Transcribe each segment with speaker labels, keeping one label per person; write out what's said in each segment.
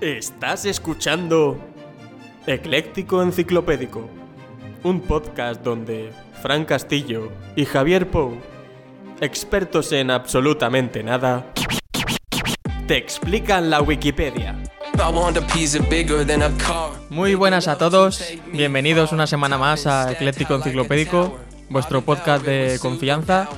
Speaker 1: Estás escuchando Ecléctico Enciclopédico, un podcast donde Fran Castillo y Javier Pou, expertos en absolutamente nada, te explican la Wikipedia.
Speaker 2: Muy buenas a todos, bienvenidos una semana más a Ecléctico Enciclopédico, vuestro podcast de confianza.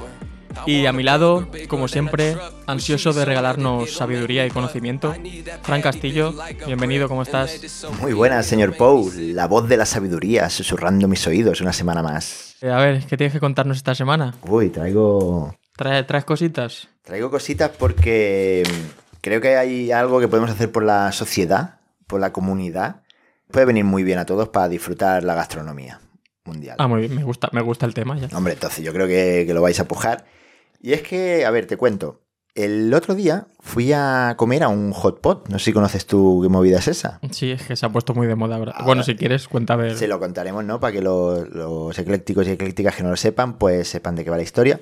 Speaker 2: Y a mi lado, como siempre, ansioso de regalarnos sabiduría y conocimiento, Fran Castillo, bienvenido, ¿cómo estás?
Speaker 3: Muy buenas, señor Pou, la voz de la sabiduría susurrando mis oídos una semana más.
Speaker 2: Eh, a ver, ¿qué tienes que contarnos esta semana?
Speaker 3: Uy, traigo
Speaker 2: Trae, traes cositas.
Speaker 3: Traigo cositas porque creo que hay algo que podemos hacer por la sociedad, por la comunidad. Puede venir muy bien a todos para disfrutar la gastronomía mundial.
Speaker 2: Ah, muy bien, me gusta, me gusta el tema ya.
Speaker 3: Hombre, entonces yo creo que, que lo vais a pujar. Y es que, a ver, te cuento. El otro día fui a comer a un hot pot. No sé si conoces tú qué movida es esa.
Speaker 2: Sí, es que se ha puesto muy de moda ahora.
Speaker 3: Ahora
Speaker 2: bueno, si
Speaker 3: sí.
Speaker 2: quieres, cuéntame.
Speaker 3: Se lo contaremos, ¿no? Para que los, los eclécticos y eclécticas que no lo sepan, pues sepan de qué va la historia.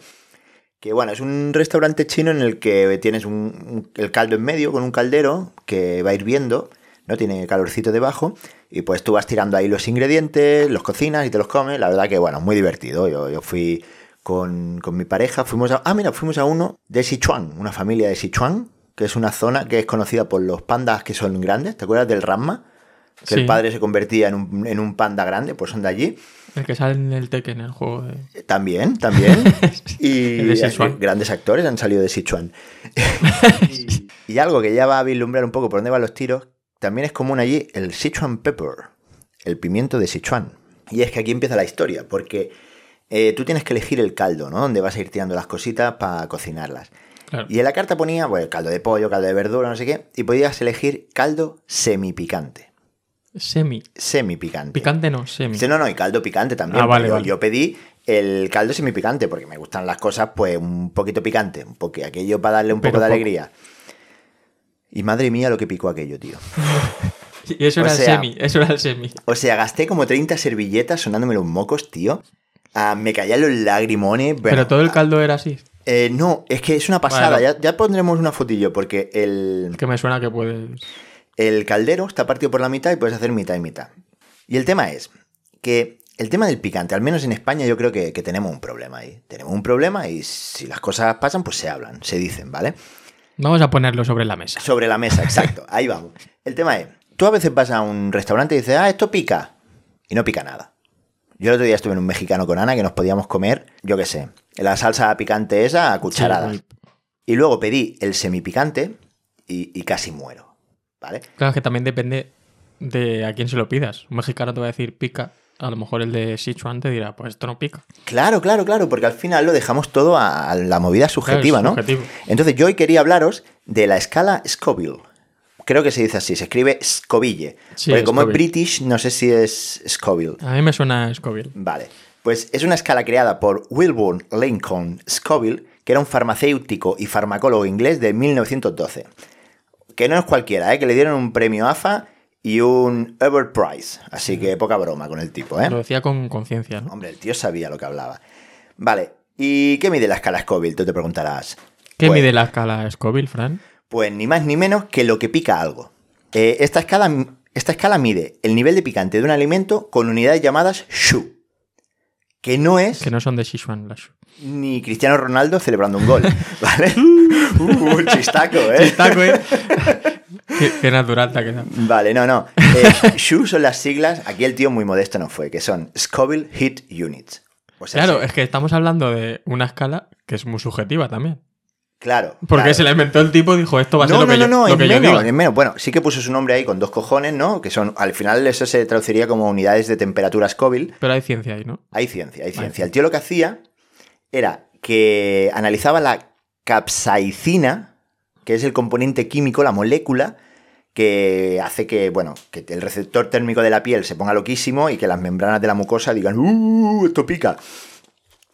Speaker 3: Que bueno, es un restaurante chino en el que tienes un, un- el caldo en medio con un caldero que va hirviendo, ¿no? Tiene calorcito debajo y pues tú vas tirando ahí los ingredientes, los cocinas y te los comes. La verdad que bueno, muy divertido. Yo, yo fui con, con mi pareja, fuimos a... Ah, mira, fuimos a uno de Sichuan, una familia de Sichuan, que es una zona que es conocida por los pandas que son grandes. ¿Te acuerdas del Ramma? Que
Speaker 2: Sí.
Speaker 3: el padre se convertía en un, en un panda grande, pues son de allí.
Speaker 2: El que sale en el Tekken, el juego de...
Speaker 3: También, también. Y
Speaker 2: El de Sichuan.
Speaker 3: grandes actores han salido de Sichuan. y, y algo que ya va a vislumbrar un poco por dónde van los tiros, también es común allí el Sichuan Pepper, el pimiento de Sichuan. Y es que aquí empieza la historia, porque eh, tú tienes que elegir el caldo, ¿no? Donde vas a ir tirando las cositas para cocinarlas.
Speaker 2: Claro.
Speaker 3: Y en la carta ponía, bueno, caldo de pollo, caldo de verdura, no sé qué, y podías elegir caldo semipicante.
Speaker 2: Semi.
Speaker 3: Semipicante.
Speaker 2: Picante no, semi.
Speaker 3: Sí, no, no, y caldo picante también.
Speaker 2: Mm. Ah, vale,
Speaker 3: yo,
Speaker 2: vale.
Speaker 3: yo pedí el caldo semipicante porque me gustan las cosas, pues un poquito picante, un poqu- aquello para darle un
Speaker 2: Pero
Speaker 3: poco de
Speaker 2: poco.
Speaker 3: alegría. Y madre mía lo que picó aquello, tío.
Speaker 2: Y eso
Speaker 3: O
Speaker 2: era
Speaker 3: sea-
Speaker 2: el semi, eso era el semi.
Speaker 3: O sea, gasté como 30 servilletas sonándome los mocos, tío. Ah, me caían los lagrimones. bueno,
Speaker 2: Pero todo el caldo era así.
Speaker 3: eh, no, es que es una pasada.
Speaker 2: Bueno.
Speaker 3: Ya, ya pondremos una fotillo porque el,
Speaker 2: Que me suena que puedes.
Speaker 3: El caldero está partido por la mitad y puedes hacer mitad y mitad. Y el tema es que el tema del picante, al menos en España, yo creo que, que tenemos un problema ahí. Tenemos un problema y si las cosas pasan, pues se hablan, se dicen, ¿vale?
Speaker 2: Vamos a ponerlo sobre la mesa.
Speaker 3: Sobre la mesa, exacto. Ahí vamos. El tema es, tú a veces vas a un restaurante y dices, ah, esto pica. Y no pica nada. Yo el otro día estuve en un mexicano con Ana que nos podíamos comer, yo qué sé, la salsa picante esa a cucharadas.
Speaker 2: Sí,
Speaker 3: y luego pedí el semipicante y, y casi muero, ¿vale?
Speaker 2: Claro, es que también depende de a quién se lo pidas. Un mexicano te va a decir pica. A lo mejor el de Sichuan te dirá, pues esto no pica.
Speaker 3: Claro, claro, claro, porque al final lo dejamos todo a a la movida subjetiva,
Speaker 2: Claro,
Speaker 3: ¿no?
Speaker 2: es subjetivo.
Speaker 3: Entonces yo hoy quería hablaros de la escala Scoville. Creo que se dice así, se escribe Scoville.
Speaker 2: Sí,
Speaker 3: porque como es
Speaker 2: Scoville.
Speaker 3: British, no sé si es Scoville.
Speaker 2: A mí me suena a Scoville.
Speaker 3: Vale. Pues es una escala creada por Wilbur Lincoln Scoville, que era un farmacéutico y farmacólogo inglés de 1912. Que no es cualquiera, ¿eh? que le dieron un premio AFA y un Ever Prize. Así que poca broma con el tipo, ¿eh?
Speaker 2: Lo decía con conciencia, ¿no?
Speaker 3: Hombre, el tío sabía lo que hablaba. Vale, ¿y qué mide la escala Scoville? Tú te preguntarás.
Speaker 2: ¿Qué
Speaker 3: Pues-
Speaker 2: mide la escala Scoville, Fran?
Speaker 3: Pues ni más ni menos que lo que pica algo. Eh, esta, escala, esta escala mide el nivel de picante de un alimento con unidades llamadas shu, que no es
Speaker 2: Que no son de Sichuan. Las...
Speaker 3: ni Cristiano Ronaldo celebrando un gol, ¿vale? uh, chistaco, ¿eh?
Speaker 2: Chistaco, ¿eh? qué, qué natural te ha quedado.
Speaker 3: Vale, no, no. Eh, SHU son las siglas, aquí el tío muy modesto no fue, que son Scoville Heat Units. O sea,
Speaker 2: Claro,
Speaker 3: sí,
Speaker 2: es que estamos hablando de una escala que es muy subjetiva también.
Speaker 3: claro.
Speaker 2: Porque
Speaker 3: claro.
Speaker 2: se la inventó el tipo, dijo, esto va a ser
Speaker 3: no,
Speaker 2: lo que
Speaker 3: no,
Speaker 2: yo,
Speaker 3: no, no,
Speaker 2: lo
Speaker 3: en
Speaker 2: que yo
Speaker 3: menos,
Speaker 2: diga.
Speaker 3: en menos. Bueno, sí que puso su nombre ahí con dos cojones, ¿no? Que son, al final eso se traduciría como unidades de temperatura Scoville.
Speaker 2: Pero hay ciencia ahí, ¿no?
Speaker 3: Hay ciencia, hay ciencia.
Speaker 2: ciencia.
Speaker 3: El tío lo que hacía era que analizaba la capsaicina, que es el componente químico, la molécula, que hace que, bueno, que el receptor térmico de la piel se ponga loquísimo y que las membranas de la mucosa digan, ¡uh, esto pica!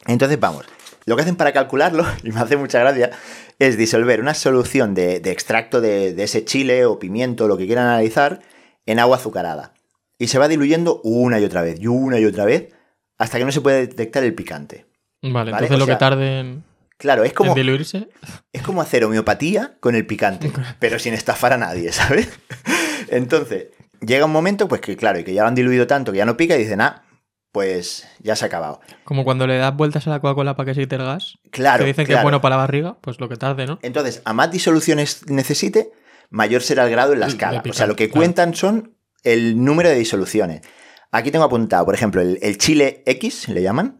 Speaker 3: Entonces, vamos, lo que hacen para calcularlo, y me hace mucha gracia, es disolver una solución de, de extracto de, de ese chile o pimiento, lo que quieran analizar, en agua azucarada. Y se va diluyendo una y otra vez, y una y otra vez, hasta que no se puede detectar el picante.
Speaker 2: Vale,
Speaker 3: Vale,
Speaker 2: entonces
Speaker 3: o
Speaker 2: lo
Speaker 3: sea,
Speaker 2: que tarde en,
Speaker 3: Claro, es como,
Speaker 2: en diluirse.
Speaker 3: es como hacer homeopatía con el picante, pero sin estafar a nadie, ¿sabes? Entonces, llega un momento, pues que claro, y que ya lo han diluido tanto que ya no pica y dicen, ah, pues ya se ha acabado.
Speaker 2: Como cuando le das vueltas a la Coca-Cola para que se quite el gas.
Speaker 3: Claro.
Speaker 2: Te dicen que
Speaker 3: claro.
Speaker 2: es bueno para la barriga, pues lo que tarde, ¿no?
Speaker 3: Entonces, a más disoluciones necesite, mayor será el grado en la
Speaker 2: De
Speaker 3: escala. o
Speaker 2: picante,
Speaker 3: sea, lo que
Speaker 2: claro.
Speaker 3: cuentan son el número de disoluciones. Aquí tengo apuntado, por ejemplo, el, el chile X, le llaman,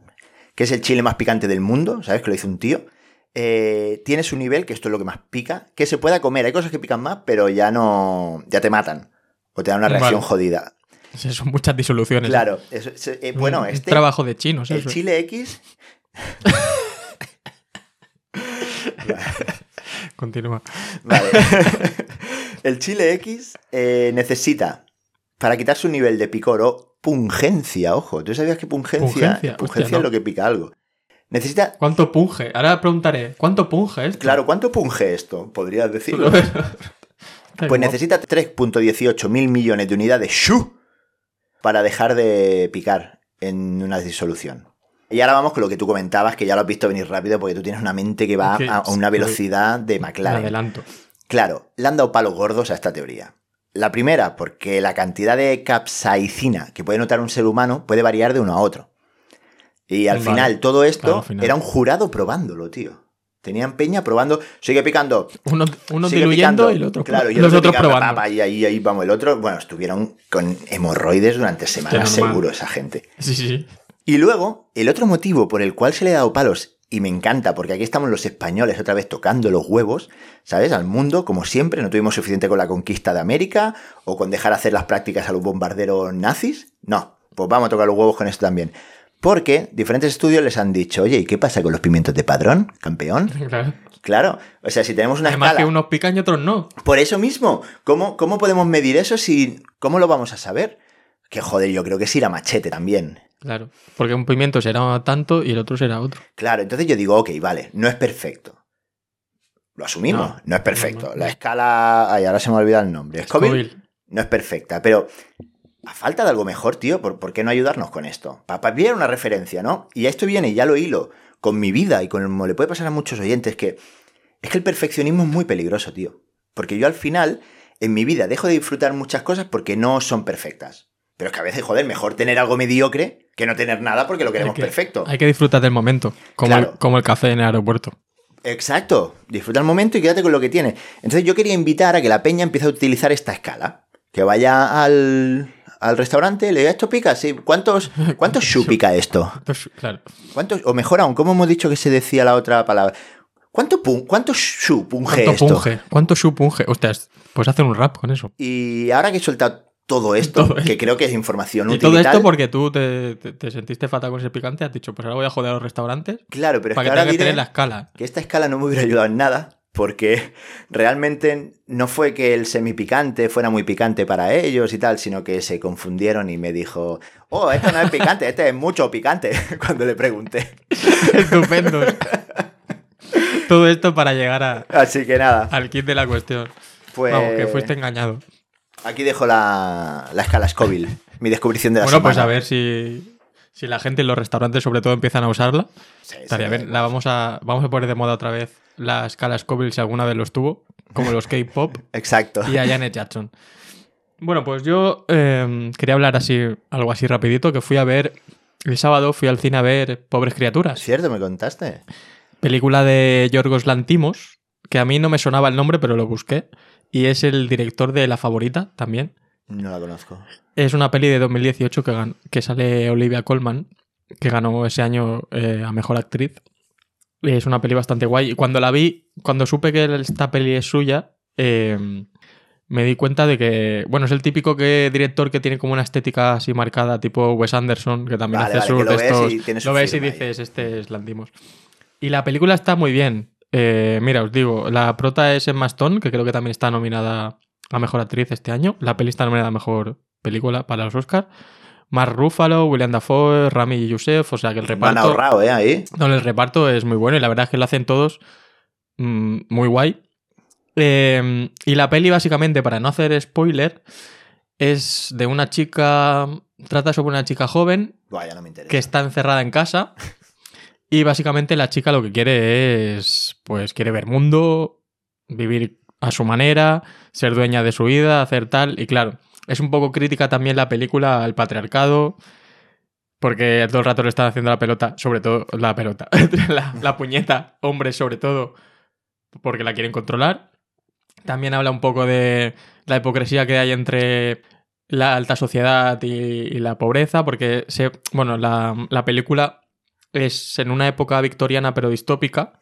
Speaker 3: que es el chile más picante del mundo, ¿sabes? Que lo hizo un tío. Eh, tiene su nivel, que esto es lo que más pica, que se pueda comer. Hay cosas que pican más, pero ya no. ya te matan. O te dan una
Speaker 2: Vale.
Speaker 3: reacción jodida.
Speaker 2: Sí, Son muchas disoluciones.
Speaker 3: Claro. eso- eso- eh, bueno,
Speaker 2: Un- un
Speaker 3: este.
Speaker 2: trabajo de chinos,
Speaker 3: El
Speaker 2: eso.
Speaker 3: chile X
Speaker 2: Continúa.
Speaker 3: Vale. El chile X eh, necesita, para quitar su nivel de picor o pungencia, ojo, ¿tú sabías que pungencia,
Speaker 2: Pungencia,
Speaker 3: pungencia
Speaker 2: hostia,
Speaker 3: es
Speaker 2: no.
Speaker 3: lo que pica algo? Necesita,
Speaker 2: ¿Cuánto punge? Ahora preguntaré, ¿cuánto punge esto?
Speaker 3: claro, ¿cuánto punge esto? Podrías decirlo.
Speaker 2: pues
Speaker 3: Pues necesita 3.18 mil millones de unidades ¡shu! para dejar de picar en una disolución. Y ahora vamos con lo que tú comentabas, que ya lo has visto venir rápido porque tú tienes una mente que va
Speaker 2: Ok,
Speaker 3: a a una
Speaker 2: sí, voy.
Speaker 3: velocidad de McLaren.
Speaker 2: adelanto.
Speaker 3: Claro, le han dado palos gordos a esta teoría. La primera, porque la cantidad de capsaicina que puede notar un ser humano puede variar de uno a otro. Y al
Speaker 2: Vale.
Speaker 3: final, todo esto
Speaker 2: Claro, al final.
Speaker 3: era un jurado probándolo, tío. Tenían peña probando, sigue picando.
Speaker 2: Uno, uno
Speaker 3: sigue
Speaker 2: diluyendo
Speaker 3: picando.
Speaker 2: y el otro
Speaker 3: Claro, y el
Speaker 2: los
Speaker 3: otro
Speaker 2: otros
Speaker 3: picaba,
Speaker 2: probando.
Speaker 3: pa, pa, y ahí, ahí, vamos, el otro. Bueno, estuvieron con hemorroides durante semanas,
Speaker 2: normal.
Speaker 3: seguro, esa gente.
Speaker 2: Sí, sí, sí.
Speaker 3: Y luego, el otro motivo por el cual se le ha dado palos, y me encanta, porque aquí estamos los españoles otra vez tocando los huevos, ¿sabes? Al mundo, como siempre, no tuvimos suficiente con la conquista de América o con dejar hacer las prácticas a los bombarderos nazis. No, pues vamos a tocar los huevos con esto también. Porque diferentes estudios les han dicho, oye, ¿y qué pasa con los pimientos de padrón, campeón?
Speaker 2: Claro.
Speaker 3: Claro, o sea, si tenemos una
Speaker 2: Además
Speaker 3: escala...
Speaker 2: que unos pican y otros no.
Speaker 3: Por eso mismo, ¿cómo, cómo podemos medir eso si... ¿Cómo lo vamos a saber? Que joder, yo creo que es ir a machete también.
Speaker 2: Claro. Porque un pimiento será tanto y el otro será otro.
Speaker 3: Claro, entonces yo digo, ok, vale, no es perfecto. Lo asumimos, no,
Speaker 2: No,
Speaker 3: es perfecto.
Speaker 2: no, no.
Speaker 3: La escala. Ay, ahora se me ha olvidado el nombre. Scoville, no es perfecta, pero a falta de algo mejor, tío, ¿por, por qué no ayudarnos con esto? Para bien una referencia, ¿no? Y a esto viene, ya lo hilo, con mi vida y como le puede pasar a muchos oyentes, que es que el perfeccionismo es muy peligroso, tío. Porque yo al final, en mi vida, dejo de disfrutar muchas cosas porque no son perfectas. Pero es que a veces, joder, mejor tener algo mediocre que no tener nada porque lo queremos
Speaker 2: que-
Speaker 3: perfecto.
Speaker 2: Hay que disfrutar del momento. Como,
Speaker 3: Claro.
Speaker 2: el, como el café en el aeropuerto.
Speaker 3: Exacto. Disfruta el momento y quédate con lo que tienes. Entonces yo quería invitar a que la peña empiece a utilizar esta escala. Que vaya al, al restaurante, le diga, ¿esto pica? Sí. ¿Cuántos, cuántos shu pica esto?
Speaker 2: Entonces, claro.
Speaker 3: ¿Cuántos, o mejor aún, ¿cómo hemos dicho que se decía la otra palabra? ¿Cuánto, pun, cuánto shu punge
Speaker 2: ¿Cuánto
Speaker 3: esto?
Speaker 2: punge? ¿Cuánto shu punge? Ostras, pues hacen un rap con eso.
Speaker 3: Y ahora que he soltado todo esto,
Speaker 2: Todo
Speaker 3: que creo que es información
Speaker 2: Y
Speaker 3: útil
Speaker 2: todo
Speaker 3: y tal,
Speaker 2: esto porque tú te, te- te sentiste fatal con ese picante, has dicho, pues ahora voy a joder a los restaurantes
Speaker 3: Claro, pero es
Speaker 2: para
Speaker 3: que
Speaker 2: que
Speaker 3: ahora
Speaker 2: tenga que
Speaker 3: diré-
Speaker 2: tener la escala.
Speaker 3: que esta escala no me hubiera ayudado en nada, porque realmente no fue que el semipicante fuera muy picante para ellos y tal, sino que se confundieron y me dijo, oh, esto no es picante, este es mucho picante, cuando le pregunté.
Speaker 2: Estupendo. todo esto para llegar a-
Speaker 3: Así que nada,
Speaker 2: al kit de la cuestión.
Speaker 3: pues
Speaker 2: Vamos, que fuiste engañado.
Speaker 3: aquí dejo la, la escala Scoville, mi descubrición de la
Speaker 2: Bueno, pues
Speaker 3: semana.
Speaker 2: a ver si, si la gente en los restaurantes sobre todo empiezan a usarla.
Speaker 3: Sí, sí,
Speaker 2: Estaría bien. La vamos a, vamos a poner de moda otra vez la escala Scoville si alguna vez los tuvo, como los K-pop
Speaker 3: Exacto.
Speaker 2: y a Janet Jackson. Bueno, pues yo eh, quería hablar así, algo así rapidito, que fui a ver, el sábado fui al cine a ver Pobres Criaturas,
Speaker 3: ¿Cierto? ¿Me contaste?
Speaker 2: película de Yorgos Lantimos, que a mí no me sonaba el nombre, pero lo busqué, y es el director de La Favorita también.
Speaker 3: No la conozco.
Speaker 2: Es una peli de 2018 que, gan- que sale Olivia Colman, que ganó ese año eh, a Mejor Actriz. Y es una peli bastante guay. Y cuando la vi, cuando supe que esta peli es suya, eh, me di cuenta de que, bueno, es el típico que, director que tiene como una estética así marcada, tipo Wes Anderson, que también
Speaker 3: Vale, vale,
Speaker 2: hace sus
Speaker 3: que lo
Speaker 2: de
Speaker 3: ves
Speaker 2: estos-
Speaker 3: y tiene su
Speaker 2: lo ves y
Speaker 3: firma ahí.
Speaker 2: dices, este es Landimos. Y la película está muy bien. Eh, mira, os digo, la prota es Emma Stone, que creo que también está nominada a Mejor Actriz este año. La peli está nominada a Mejor Película para los Oscars. Mark Ruffalo, William Dafoe, Rami Youssef, o sea que el
Speaker 3: Me han
Speaker 2: reparto...
Speaker 3: ahorrado, ¿eh? Ahí.
Speaker 2: No, el reparto es muy bueno y la verdad es que lo hacen todos mm, muy guay. Eh, y la peli, básicamente, para no hacer spoiler, es de una chica. Trata sobre una chica joven
Speaker 3: Buah, ya no me interesa.
Speaker 2: que está encerrada en casa. Y básicamente la chica lo que quiere es. Pues quiere ver mundo, vivir a su manera, ser dueña de su vida, hacer tal. Y claro, es un poco crítica también la película al patriarcado, porque todo el rato le están haciendo la pelota, sobre todo la pelota, la, la puñeta, hombre sobre todo, porque la quieren controlar. También habla un poco de la hipocresía que hay entre la alta sociedad y, y la pobreza, porque se, bueno, la, la película es en una época victoriana pero distópica.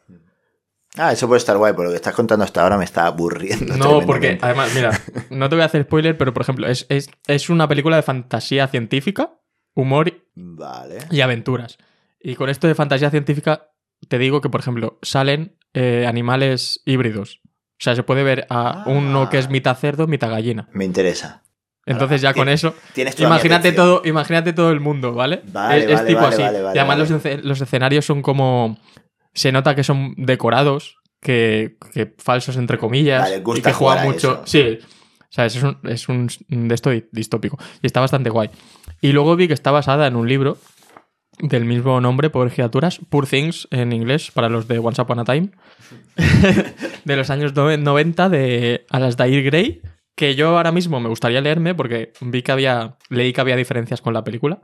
Speaker 3: Ah, eso puede estar guay, pero lo que estás contando hasta ahora me está aburriendo.
Speaker 2: No, porque además, mira, no te voy a hacer spoiler, pero por ejemplo, es, es, es una película de fantasía científica, humor
Speaker 3: Vale.
Speaker 2: y aventuras. Y con esto de fantasía científica, te digo que, por ejemplo, salen eh, animales híbridos. O sea, se puede ver a
Speaker 3: Ah.
Speaker 2: uno que es mitad cerdo, mitad gallina.
Speaker 3: Me interesa.
Speaker 2: Entonces ya
Speaker 3: Ahora,
Speaker 2: con
Speaker 3: ti-
Speaker 2: eso,
Speaker 3: Tienes toda mi
Speaker 2: imagínate
Speaker 3: atención.
Speaker 2: todo, imagínate todo el mundo, ¿vale?
Speaker 3: Vale,
Speaker 2: es, es
Speaker 3: vale,
Speaker 2: tipo
Speaker 3: vale,
Speaker 2: así.
Speaker 3: vale, vale,
Speaker 2: y además
Speaker 3: vale.
Speaker 2: Los, ence- los escenarios son como, se nota que son decorados, que, que falsos entre comillas,
Speaker 3: Vale,
Speaker 2: y
Speaker 3: gusta
Speaker 2: que juega
Speaker 3: jugar a
Speaker 2: mucho.
Speaker 3: eso.
Speaker 2: Sí, o sea, es un, es un de esto di- distópico y está bastante guay. Y luego vi que está basada en un libro del mismo nombre, Pobre Criaturas, Poor Things en inglés, para los de Once Upon a Time, de los años no- 90 de Alasdair Gray, que yo ahora mismo me gustaría leerme porque vi que había, leí que había diferencias con la película.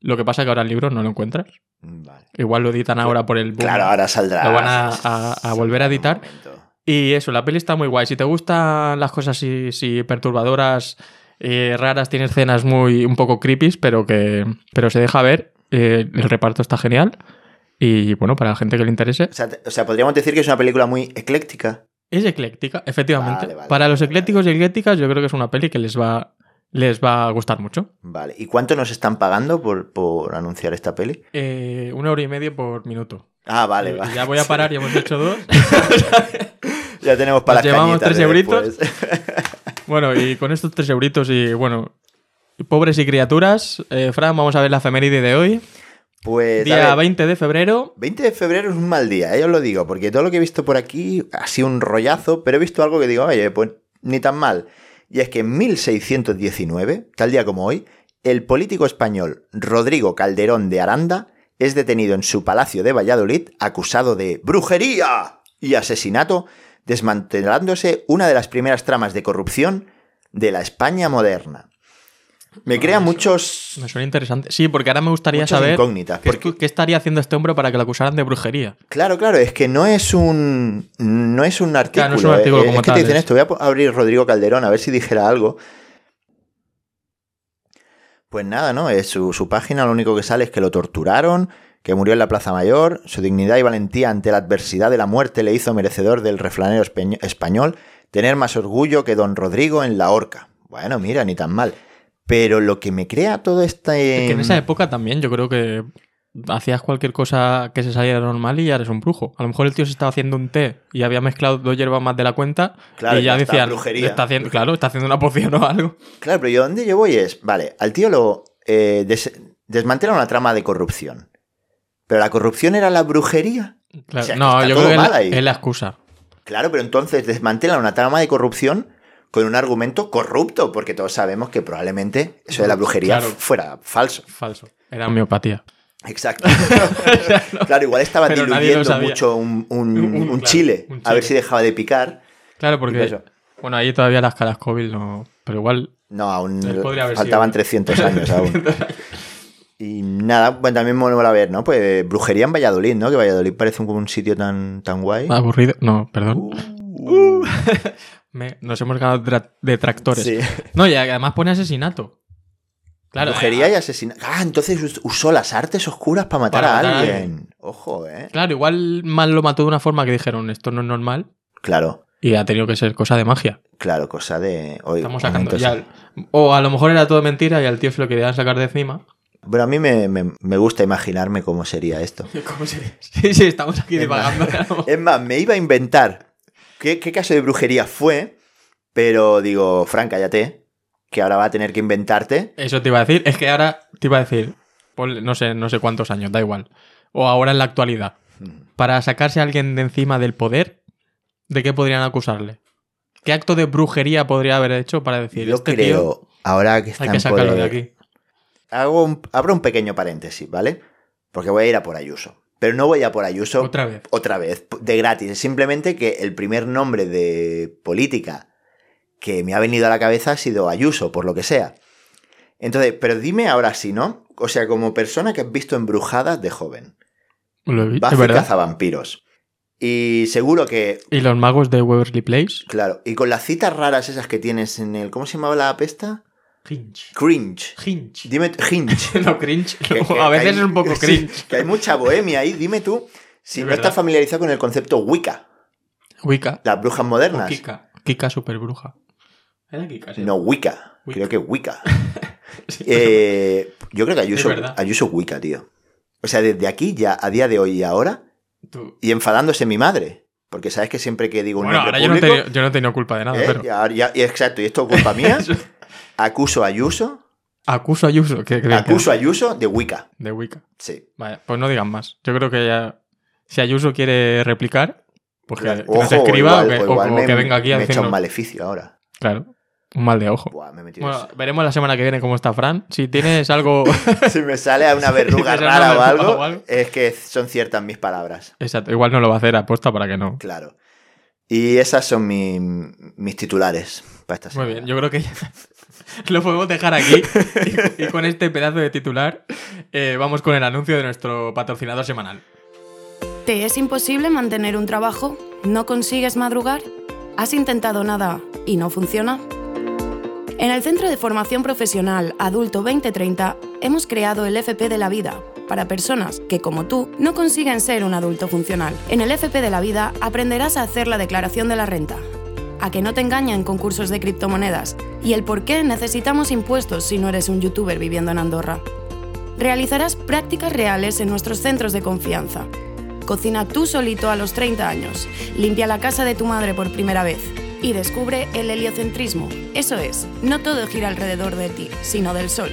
Speaker 2: Lo que pasa que ahora el libro no lo encuentras.
Speaker 3: Mm, Vale.
Speaker 2: Igual lo editan ahora por el boom.
Speaker 3: Claro, ahora saldrá.
Speaker 2: Lo van a- a- a volver a
Speaker 3: en un
Speaker 2: editar.
Speaker 3: momento.
Speaker 2: Y eso, la peli está muy guay. Si te gustan las cosas así, sí, perturbadoras, eh, raras, tiene escenas muy un poco creepy, pero que pero se deja ver. eh, el reparto está genial. Y bueno, para la gente que le interese,
Speaker 3: O sea, te- o sea, podríamos decir que es una película muy ecléctica.
Speaker 2: es ecléctica, efectivamente.
Speaker 3: Vale, vale,
Speaker 2: para los
Speaker 3: vale,
Speaker 2: eclécticos y eclécticas, yo creo que es una peli que les va, les va a gustar mucho.
Speaker 3: Vale. ¿Y cuánto nos están pagando por, por anunciar esta peli?
Speaker 2: Eh, una hora y media por minuto.
Speaker 3: Ah, vale,
Speaker 2: Y- y
Speaker 3: vale.
Speaker 2: Eh, Ya voy a parar, ya hemos hecho dos.
Speaker 3: Ya tenemos para las
Speaker 2: Nos llevamos
Speaker 3: cañitas
Speaker 2: tres
Speaker 3: de
Speaker 2: euritos.
Speaker 3: después.
Speaker 2: Bueno, y con estos tres euritos y bueno, pobres y criaturas, eh, Fran, vamos a ver la efeméride de hoy.
Speaker 3: Pues. a
Speaker 2: Día
Speaker 3: ver,
Speaker 2: 20 de febrero.
Speaker 3: 20 de febrero es un mal día, eh, os lo digo, porque todo lo que he visto por aquí ha sido un rollazo, pero he visto algo que digo, oye, pues ni tan mal. Y es que en 1619, tal día como hoy, el político español Rodrigo Calderón de Aranda es detenido en su palacio de Valladolid acusado de brujería y asesinato, desmantelándose una de las primeras tramas de corrupción de la España moderna. Me crea muchos,
Speaker 2: Ah, Me suena interesante. Sí, porque ahora me gustaría
Speaker 3: muchas
Speaker 2: saber
Speaker 3: incógnitas.
Speaker 2: qué,
Speaker 3: porque-
Speaker 2: qué estaría haciendo este hombre para que lo acusaran de brujería.
Speaker 3: Claro, claro, es que no es un no es un artículo.
Speaker 2: Claro, no es un artículo
Speaker 3: eh,
Speaker 2: como
Speaker 3: es que
Speaker 2: tal,
Speaker 3: te dicen
Speaker 2: es-
Speaker 3: esto, voy a po- abrir Rodrigo Calderón a ver si dijera algo. Pues nada, ¿no? Es su, su página lo único que sale es que lo torturaron, que murió en la Plaza Mayor, su dignidad y valentía ante la adversidad de la muerte le hizo merecedor del refranero espeño- español, tener más orgullo que don Rodrigo en la horca. Bueno, mira, ni tan mal. Pero lo que me crea todo este...
Speaker 2: Es que en esa época también yo creo que hacías cualquier cosa que se saliera normal y ya eres un brujo. A lo mejor el tío se estaba haciendo un té y había mezclado dos hierbas más de la cuenta
Speaker 3: Claro,
Speaker 2: y ya
Speaker 3: ya está,
Speaker 2: decían,
Speaker 3: brujería.
Speaker 2: está haciendo, claro, está haciendo una poción o algo.
Speaker 3: Claro, pero yo donde yo voy es, vale, al tío lo eh, des- desmantela una trama de corrupción. Pero la corrupción era la brujería.
Speaker 2: Claro,
Speaker 3: O sea, que
Speaker 2: no,
Speaker 3: está
Speaker 2: yo
Speaker 3: todo
Speaker 2: creo que es
Speaker 3: mal
Speaker 2: la-
Speaker 3: ahí.
Speaker 2: es la excusa.
Speaker 3: Claro, pero entonces desmantela una trama de corrupción con un argumento corrupto, porque todos sabemos que probablemente eso de la brujería
Speaker 2: Claro.
Speaker 3: fuera falso.
Speaker 2: Falso. Era homeopatía.
Speaker 3: Exacto. claro, igual estaba
Speaker 2: Pero nadie lo
Speaker 3: diluyendo
Speaker 2: sabía.
Speaker 3: mucho un, un-
Speaker 2: Un- un-
Speaker 3: un
Speaker 2: claro,
Speaker 3: chile,
Speaker 2: un
Speaker 3: a ver
Speaker 2: chile.
Speaker 3: si dejaba de picar.
Speaker 2: Claro,
Speaker 3: Y
Speaker 2: porque.
Speaker 3: eso.
Speaker 2: Bueno, ahí todavía las caras COVID no. Pero igual.
Speaker 3: No, aún
Speaker 2: Él Eh, podría haber
Speaker 3: faltaban
Speaker 2: sido.
Speaker 3: 300 años aún. Y nada, bueno, también me vuelvo a ver, ¿no? Pues brujería en Valladolid, ¿no? Que Valladolid parece un, un sitio tan, tan guay.
Speaker 2: Aburrido. No, perdón.
Speaker 3: Uh,
Speaker 2: Me- nos hemos ganado tra- detractores.
Speaker 3: sí.
Speaker 2: No, y además pone asesinato. Claro.
Speaker 3: brujería
Speaker 2: eh,
Speaker 3: y asesinato. Ah, entonces us- usó las artes oscuras para matar
Speaker 2: Para
Speaker 3: a
Speaker 2: matar a
Speaker 3: alguien. Ojo, ¿eh?
Speaker 2: Claro, igual mal lo mató de una forma que dijeron esto no es normal
Speaker 3: Claro,
Speaker 2: y ha tenido que ser cosa de magia.
Speaker 3: claro, cosa de... hoy
Speaker 2: Estamos sacando ya.
Speaker 3: momentos-
Speaker 2: O a lo mejor era todo mentira y al tío se lo querían sacar de encima.
Speaker 3: Bueno, a mí me, me- me gusta imaginarme cómo sería esto.
Speaker 2: ¿Cómo sería? Sí, sí, estamos aquí
Speaker 3: Es más-
Speaker 2: divagando. a lo mejor.
Speaker 3: Es más, me iba a inventar qué, qué caso de brujería fue, pero digo, Fran, cállate, que ahora va a tener que inventarte.
Speaker 2: Eso te iba a decir. Es que ahora te iba a decir, ponle- no sé, no sé cuántos años, da igual. O ahora en la actualidad.
Speaker 3: Mm.
Speaker 2: Para sacarse a alguien de encima del poder, ¿de qué podrían acusarle? ¿Qué acto de brujería podría haber hecho para decir
Speaker 3: Yo
Speaker 2: este
Speaker 3: creo,
Speaker 2: tío
Speaker 3: ahora que está
Speaker 2: hay que
Speaker 3: en
Speaker 2: sacarlo de
Speaker 3: poder,
Speaker 2: aquí?
Speaker 3: hago un- abro un pequeño paréntesis, ¿vale? Porque voy a ir a por Ayuso. Pero no voy a por Ayuso.
Speaker 2: Otra vez.
Speaker 3: Otra vez, de gratis. Es simplemente que el primer nombre de política que me ha venido a la cabeza ha sido Ayuso, por lo que sea. Entonces, pero dime ahora sí, ¿no? O sea, como persona que has visto embrujadas de joven.
Speaker 2: Lo he visto,
Speaker 3: Buffy
Speaker 2: ¿verdad?
Speaker 3: cazavampiros. Y seguro que,
Speaker 2: Y los magos de Waverly Place.
Speaker 3: claro, y con las citas raras esas que tienes en el... ¿Cómo se llamaba la pesta?
Speaker 2: Hinch.
Speaker 3: Cringe.
Speaker 2: Hinch.
Speaker 3: Dime, hinge.
Speaker 2: No, cringe.
Speaker 3: Que- que-
Speaker 2: a veces
Speaker 3: que hay-
Speaker 2: es un poco
Speaker 3: sí,
Speaker 2: cringe.
Speaker 3: que hay mucha bohemia ahí, dime tú si
Speaker 2: Es
Speaker 3: no
Speaker 2: verdad.
Speaker 3: estás familiarizado con el concepto Wicca,
Speaker 2: Wicca.
Speaker 3: las brujas
Speaker 2: O
Speaker 3: modernas.
Speaker 2: Kika. Kika super bruja. ¿Era Kika? sí?
Speaker 3: No, Wicca.
Speaker 2: Wicca.
Speaker 3: Creo que Wicca.
Speaker 2: Sí.
Speaker 3: Eh, yo creo que Ayuso,
Speaker 2: Es verdad.
Speaker 3: Ayuso Wicca, tío. O sea, desde aquí ya, a día de hoy y ahora,
Speaker 2: Tú.
Speaker 3: y enfadándose mi madre. Porque sabes que siempre que digo un
Speaker 2: Bueno,
Speaker 3: nombre
Speaker 2: ahora yo no, he
Speaker 3: público,
Speaker 2: tenido- yo no he tenido culpa de nada,
Speaker 3: eh,
Speaker 2: pero.
Speaker 3: ya- ya- y exacto, y esto es culpa mía, acuso a Ayuso,
Speaker 2: Acuso a Ayuso. Que, que-
Speaker 3: acuso a Ayuso de Wicca.
Speaker 2: De Wicca.
Speaker 3: Sí.
Speaker 2: Vaya, pues no digan más. Yo creo que ya. Si Ayuso quiere replicar, pues que, que nos
Speaker 3: Ojo,
Speaker 2: escriba o
Speaker 3: igual- pues
Speaker 2: que, o-
Speaker 3: igual
Speaker 2: o
Speaker 3: me-
Speaker 2: que venga aquí
Speaker 3: me
Speaker 2: a
Speaker 3: echa un
Speaker 2: decirnos.
Speaker 3: maleficio ahora.
Speaker 2: Claro, un mal de ojo.
Speaker 3: Buah, me he metido
Speaker 2: Bueno, veremos la semana que viene cómo está Fran. Si tienes algo.
Speaker 3: Si me sale a una verruga
Speaker 2: Si me sale
Speaker 3: rara
Speaker 2: una
Speaker 3: o
Speaker 2: verruga
Speaker 3: algo,
Speaker 2: o algo.
Speaker 3: es que son ciertas mis palabras,
Speaker 2: Exacto, igual no lo va a hacer, apuesta para que no.
Speaker 3: claro. Y esas son mi- mis titulares para esta
Speaker 2: Muy
Speaker 3: semana.
Speaker 2: bien, yo creo que ya lo podemos dejar aquí. Y, y con este pedazo de titular, eh, vamos con el anuncio de nuestro patrocinador semanal.
Speaker 4: ¿Te es imposible mantener un trabajo? ¿No consigues madrugar? ¿Has intentado nada y no funciona? En el Centro de Formación Profesional Adulto 2030 hemos creado el FP de la Vida para personas que, como tú, no consiguen ser un adulto funcional. En el FP de la Vida aprenderás a hacer la declaración de la renta, a que no te engañen con cursos de criptomonedas y el por qué necesitamos impuestos si no eres un youtuber viviendo en Andorra. Realizarás prácticas reales en nuestros centros de confianza Cocina tú solito a los 30 años. Limpia la casa de tu madre por primera vez. Y descubre el heliocentrismo. Eso es, no todo gira alrededor de ti, sino del sol.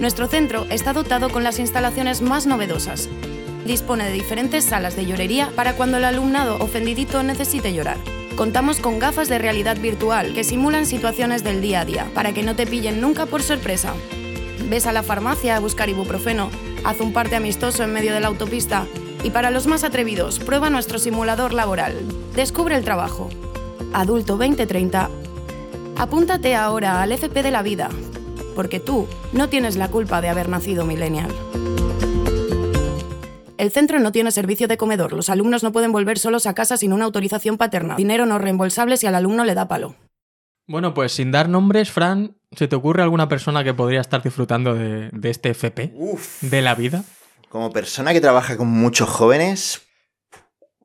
Speaker 4: Nuestro centro está dotado con las instalaciones más novedosas. Dispone de diferentes salas de llorería para cuando el alumnado ofendidito necesite llorar. Contamos con gafas de realidad virtual que simulan situaciones del día a día para que no te pillen nunca por sorpresa. Ves a la farmacia a buscar ibuprofeno, haz un parte amistoso en medio de la autopista y para los más atrevidos, prueba nuestro simulador laboral. Descubre el trabajo. Adulto 2030. Apúntate ahora al FP de la vida, porque tú no tienes la culpa de haber nacido millennial. El centro no tiene servicio de comedor, los alumnos no pueden volver solos a casa sin una autorización paterna, dinero no reembolsable si al alumno le da palo.
Speaker 2: Bueno, pues sin dar nombres, Fran, ¿se te ocurre alguna persona que podría estar disfrutando de, de este FP?
Speaker 3: Uf.
Speaker 2: ¿De la vida?
Speaker 3: Como persona que trabaja con muchos jóvenes.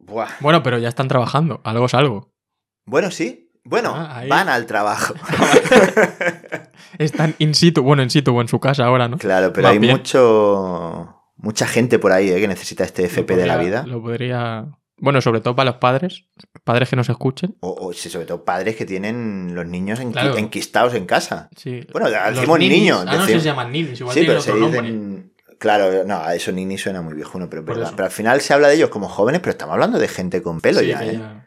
Speaker 3: Buah.
Speaker 2: Bueno, pero ya están trabajando, algo es algo.
Speaker 3: Bueno, sí. Bueno,
Speaker 2: Ah, ahí.
Speaker 3: van al trabajo.
Speaker 2: Están in situ, bueno, in situ o en su casa ahora, ¿no?
Speaker 3: claro, pero
Speaker 2: Va
Speaker 3: hay
Speaker 2: bien.
Speaker 3: mucho mucha gente por ahí eh, que necesita este FP
Speaker 2: Lo
Speaker 3: de la
Speaker 2: podría-
Speaker 3: vida.
Speaker 2: Lo podría... Bueno, sobre todo para los padres, padres que nos escuchen.
Speaker 3: O, o, sí, sobre todo padres que tienen los niños enqui-
Speaker 2: Claro.
Speaker 3: enquistados en casa.
Speaker 2: Sí.
Speaker 3: Bueno,
Speaker 2: Los
Speaker 3: decimos
Speaker 2: ninis.
Speaker 3: niños,
Speaker 2: Ah, no, sí
Speaker 3: decimos-
Speaker 2: se llaman ninis, igual
Speaker 3: Sí,
Speaker 2: tienen
Speaker 3: pero se
Speaker 2: otro nombre.
Speaker 3: dicen. Claro, no, a eso Nini suena muy viejuno, pero es
Speaker 2: Por
Speaker 3: verdad.
Speaker 2: eso.
Speaker 3: Pero al final se habla de ellos como jóvenes, pero estamos hablando de gente con pelo
Speaker 2: Sí,
Speaker 3: ya,
Speaker 2: que
Speaker 3: ¿eh?
Speaker 2: ya-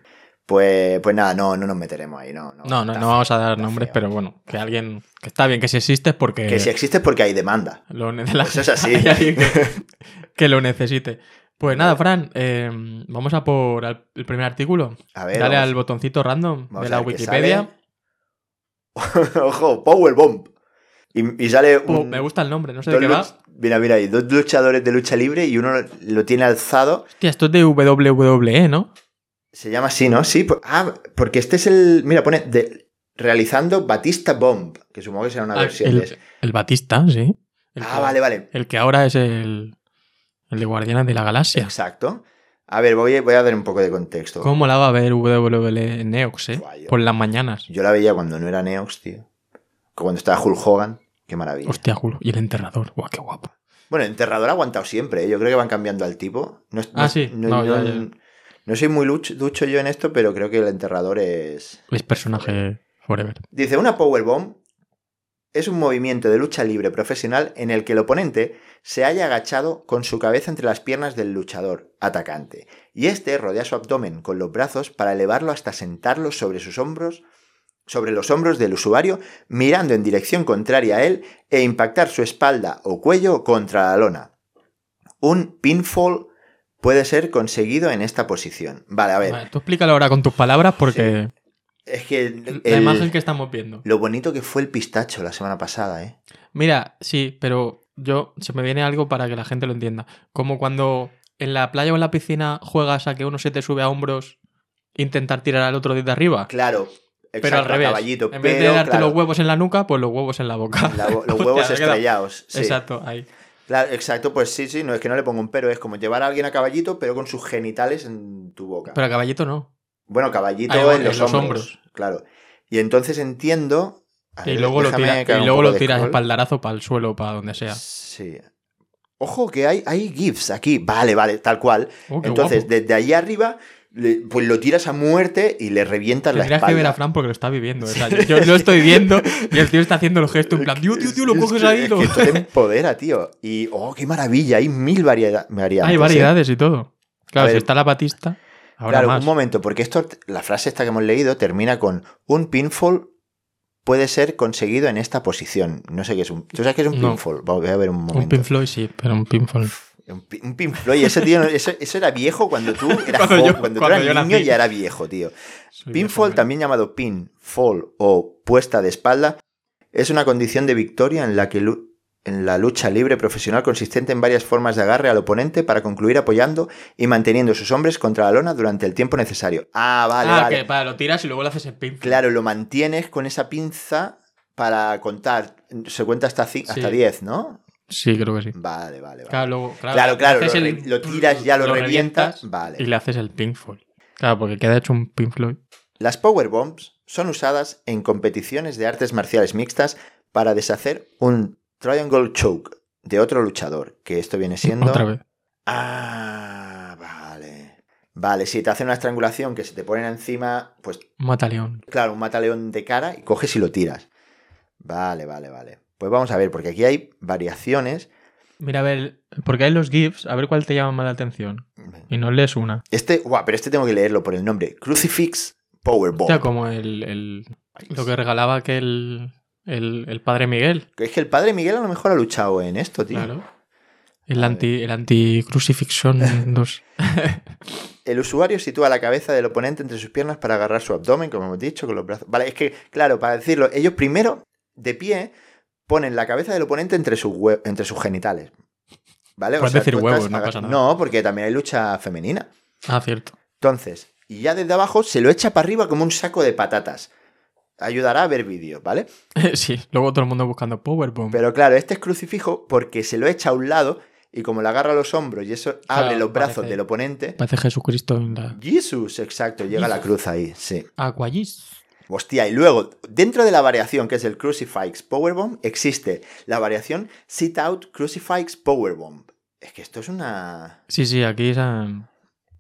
Speaker 3: Pues, pues nada, no, no nos meteremos ahí, no. No,
Speaker 2: No, no,
Speaker 3: está
Speaker 2: no
Speaker 3: feo,
Speaker 2: vamos a dar
Speaker 3: está
Speaker 2: nombres,
Speaker 3: feo.
Speaker 2: pero bueno, que alguien. Que está bien, que si existe es porque.
Speaker 3: Que si existe es porque hay demanda.
Speaker 2: lo ne- la-
Speaker 3: Eso es así.
Speaker 2: hay alguien que, que lo necesite. Pues nada, Fran, eh, vamos a por al- el primer artículo.
Speaker 3: A ver,
Speaker 2: Dale
Speaker 3: vamos-
Speaker 2: al botoncito random
Speaker 3: vamos
Speaker 2: de
Speaker 3: a
Speaker 2: la
Speaker 3: ver qué
Speaker 2: Wikipedia.
Speaker 3: sale. Ojo, Powerbomb. Y, y sale un-
Speaker 2: Oh, me gusta el nombre, no sé de
Speaker 3: dos
Speaker 2: qué va.
Speaker 3: luch- Mira, mira, hay dos luchadores de lucha libre y uno lo tiene alzado.
Speaker 2: Hostia, esto es de WWE, ¿no?
Speaker 3: Se llama así, ¿no? Sí. por- ah, porque este es el. Mira, pone de- realizando Batista Bomb, que supongo que será una
Speaker 2: Ah,
Speaker 3: versión de
Speaker 2: el,
Speaker 3: ese.
Speaker 2: el Batista, sí. El
Speaker 3: Ah,
Speaker 2: que-
Speaker 3: vale, vale.
Speaker 2: El que ahora es el, el de Guardianes de la Galaxia.
Speaker 3: Exacto. A ver, voy, voy a dar un poco de contexto.
Speaker 2: ¿Cómo la va a ver WWE en Neox, eh?
Speaker 3: Vaya.
Speaker 2: Por las mañanas.
Speaker 3: Yo la veía cuando no era Neox, tío. Cuando estaba Hulk Hogan. Qué maravilla.
Speaker 2: Hostia, Julio. Y el enterrador. Guau, qué guapo.
Speaker 3: Bueno, enterrador ha aguantado siempre. ¿eh? Yo creo que van cambiando al tipo. No,
Speaker 2: Ah, sí. No, ya, ya.
Speaker 3: no soy muy luch- ducho yo en esto, pero creo que el enterrador es...
Speaker 2: Es personaje forever.
Speaker 3: Dice, una powerbomb es un movimiento de lucha libre profesional en el que el oponente se haya agachado con su cabeza entre las piernas del luchador atacante y este rodea su abdomen con los brazos para elevarlo hasta sentarlo sobre sus hombros sobre los hombros del usuario mirando en dirección contraria a él e impactar su espalda o cuello contra la lona. Un pinfall puede ser conseguido en esta posición. Vale, a ver.
Speaker 2: Vale, tú explícalo ahora con tus palabras porque
Speaker 3: Es que el-
Speaker 2: la
Speaker 3: el-
Speaker 2: imagen que estamos viendo.
Speaker 3: lo bonito que fue el pistacho la semana pasada, ¿eh?
Speaker 2: Mira, sí, pero yo se me viene algo para que la gente lo entienda. Como cuando en la playa o en la piscina juegas a que uno se te sube a hombros e intentar tirar al otro desde arriba.
Speaker 3: Claro,
Speaker 2: pero
Speaker 3: exacto,
Speaker 2: al
Speaker 3: a
Speaker 2: revés.
Speaker 3: caballito.
Speaker 2: en vez de
Speaker 3: pero,
Speaker 2: darte
Speaker 3: claro,
Speaker 2: los huevos en la nuca, pues los huevos en la boca.
Speaker 3: la- los
Speaker 2: Hostia,
Speaker 3: huevos
Speaker 2: me he quedado-
Speaker 3: estrellados. sí.
Speaker 2: Exacto, ahí.
Speaker 3: Claro, exacto, pues sí, sí, no es que no le pongo un pero, es como llevar a alguien a caballito, pero con sus genitales en tu boca.
Speaker 2: Pero a caballito no.
Speaker 3: bueno, caballito
Speaker 2: Ahí va,
Speaker 3: en los, hombros,
Speaker 2: hombros.
Speaker 3: Claro. Y entonces entiendo. a
Speaker 2: Y
Speaker 3: ver,
Speaker 2: luego lo,
Speaker 3: déjame
Speaker 2: tira-
Speaker 3: que haga
Speaker 2: y
Speaker 3: un
Speaker 2: luego
Speaker 3: poco
Speaker 2: lo
Speaker 3: de
Speaker 2: tiras
Speaker 3: scroll.
Speaker 2: espaldarazo para el suelo, para donde sea.
Speaker 3: Sí. Ojo que hay, hay GIFs aquí. Vale, vale, tal cual.
Speaker 2: Oh, qué
Speaker 3: Entonces,
Speaker 2: guapo.
Speaker 3: desde allí arriba, le- pues lo tiras a muerte y le revientas la
Speaker 2: Tendrías
Speaker 3: espalda.
Speaker 2: que ver a Fran porque lo está viviendo. o sea, yo yo lo estoy viendo y el tío está haciendo el gesto en plan, tío, tío, tío, lo
Speaker 3: Es
Speaker 2: coges
Speaker 3: que-
Speaker 2: ahí.
Speaker 3: es
Speaker 2: lo-
Speaker 3: que esto te empodera, tío. Y, oh, qué maravilla. Hay mil variedad- variantes.
Speaker 2: Hay
Speaker 3: ¿eh?
Speaker 2: variedades y todo. Claro, si
Speaker 3: ver.
Speaker 2: está la Batista, ahora
Speaker 3: claro,
Speaker 2: más.
Speaker 3: un momento, porque esto, la frase esta que hemos leído termina con un pinfall puede ser conseguido en esta posición. No sé qué es un. ¿Tú sabes qué es un
Speaker 2: No.
Speaker 3: pinfall? Vamos, Voy a ver un momento.
Speaker 2: Un pinfloy sí, pero un pinfall.
Speaker 3: Un, pi- un pinfall. Y ese tío, eso, eso era viejo cuando tú eras
Speaker 2: Cuando
Speaker 3: joven,
Speaker 2: yo-
Speaker 3: cuando tú
Speaker 2: cuando
Speaker 3: eras
Speaker 2: yo nací.
Speaker 3: niño ya era viejo, tío. Pinfall, también llamado pin, fall o puesta de espalda, es una condición de victoria en la que lu- en la lucha libre profesional consistente en varias formas de agarre al oponente para concluir apoyando y manteniendo a sus hombres contra la lona durante el tiempo necesario. Ah, vale,
Speaker 2: ah,
Speaker 3: vale.
Speaker 2: que para, lo tiras y luego lo haces en pinfall.
Speaker 3: Claro, lo mantienes con esa pinza para contar. Se cuenta hasta ci- hasta
Speaker 2: Sí.
Speaker 3: 10, ¿no?
Speaker 2: Sí, creo que sí.
Speaker 3: Vale, vale, vale.
Speaker 2: Claro, luego, claro,
Speaker 3: Claro,
Speaker 2: le
Speaker 3: claro,
Speaker 2: haces
Speaker 3: lo re- lo tiras, ya lo revientas, vale.
Speaker 2: Y le haces el pinfall. Claro, porque queda hecho un pinfloy.
Speaker 3: Las powerbombs son usadas en competiciones de artes marciales mixtas para deshacer un triangle choke de otro luchador, que esto viene siendo...
Speaker 2: Otra vez.
Speaker 3: Ah, vale. Vale, si te hacen una estrangulación que se te ponen encima, pues
Speaker 2: Un mataleón.
Speaker 3: claro, un mataleón de cara y coges y lo tiras. Vale, vale, vale. Pues vamos a ver, porque aquí hay variaciones.
Speaker 2: Mira, a ver, porque hay los GIFs, a ver cuál te llama más la atención. Y no lees una.
Speaker 3: Este, guau, pero este tengo que leerlo por el nombre. Crucifix Powerbomb.
Speaker 2: Ya como el, el- lo que regalaba aquel el, el padre Miguel.
Speaker 3: Es que el padre Miguel a lo mejor ha luchado en esto, tío.
Speaker 2: Claro. El anti, el anti crucifixion 2.
Speaker 3: El usuario sitúa la cabeza del oponente entre sus piernas para agarrar su abdomen, como hemos dicho, con los brazos. Vale, es que, claro, para decirlo, ellos primero, de pie, ponen la cabeza del oponente entre sus, hue- entre sus genitales. ¿Vale?
Speaker 2: Puedes decir
Speaker 3: tú estás
Speaker 2: huevos, no
Speaker 3: aga-
Speaker 2: pasa nada.
Speaker 3: No, porque también hay lucha femenina.
Speaker 2: Ah, cierto.
Speaker 3: Entonces, y ya desde abajo se lo echa para arriba como un saco de patatas. Ayudará a ver vídeos, ¿vale?
Speaker 2: sí, luego todo el mundo buscando Powerbomb.
Speaker 3: Pero claro, este es crucifijo porque se lo echa a un lado y como lo agarra a los hombros y eso abre
Speaker 2: Claro,
Speaker 3: los brazos
Speaker 2: parece-
Speaker 3: del oponente.
Speaker 2: Parece Jesucristo en la.
Speaker 3: Jesús, exacto, llega la cruz ahí, sí.
Speaker 2: Aquallis.
Speaker 3: Hostia, y luego, dentro de la variación que es el Crucifix Powerbomb, existe la variación Sit Out Crucifix Powerbomb. Es que esto es una...
Speaker 2: Sí, sí, aquí es. ah,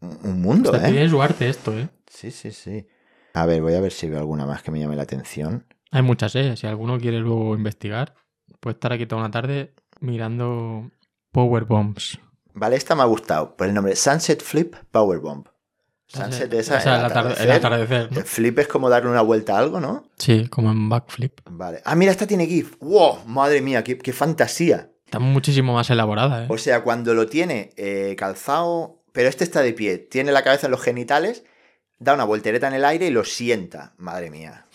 Speaker 3: un un mundo,
Speaker 2: Hasta
Speaker 3: ¿eh?
Speaker 2: tiene su arte esto, ¿eh?
Speaker 3: Sí, sí, sí. A ver, voy a ver si veo alguna más que me llame la atención.
Speaker 2: Hay muchas, ¿eh? Si alguno quiere luego investigar, puede estar aquí toda una tarde mirando Powerbombs.
Speaker 3: Vale, esta me ha gustado por el nombre Sunset Flip Powerbomb. Sunset esa
Speaker 2: O sea,
Speaker 3: el
Speaker 2: el, atarde-
Speaker 3: atardecer.
Speaker 2: el atardecer, ¿no?
Speaker 3: El flip es como darle una vuelta a algo, ¿no?
Speaker 2: Sí, como en backflip.
Speaker 3: Vale. Ah, mira, esta tiene GIF. ¡Wow! Madre mía, qué, qué fantasía.
Speaker 2: Está muchísimo más elaborada, ¿eh?
Speaker 3: O sea, cuando lo tiene eh, calzado, pero este está de pie, tiene la cabeza en los genitales, da una voltereta en el aire y lo sienta. Madre mía.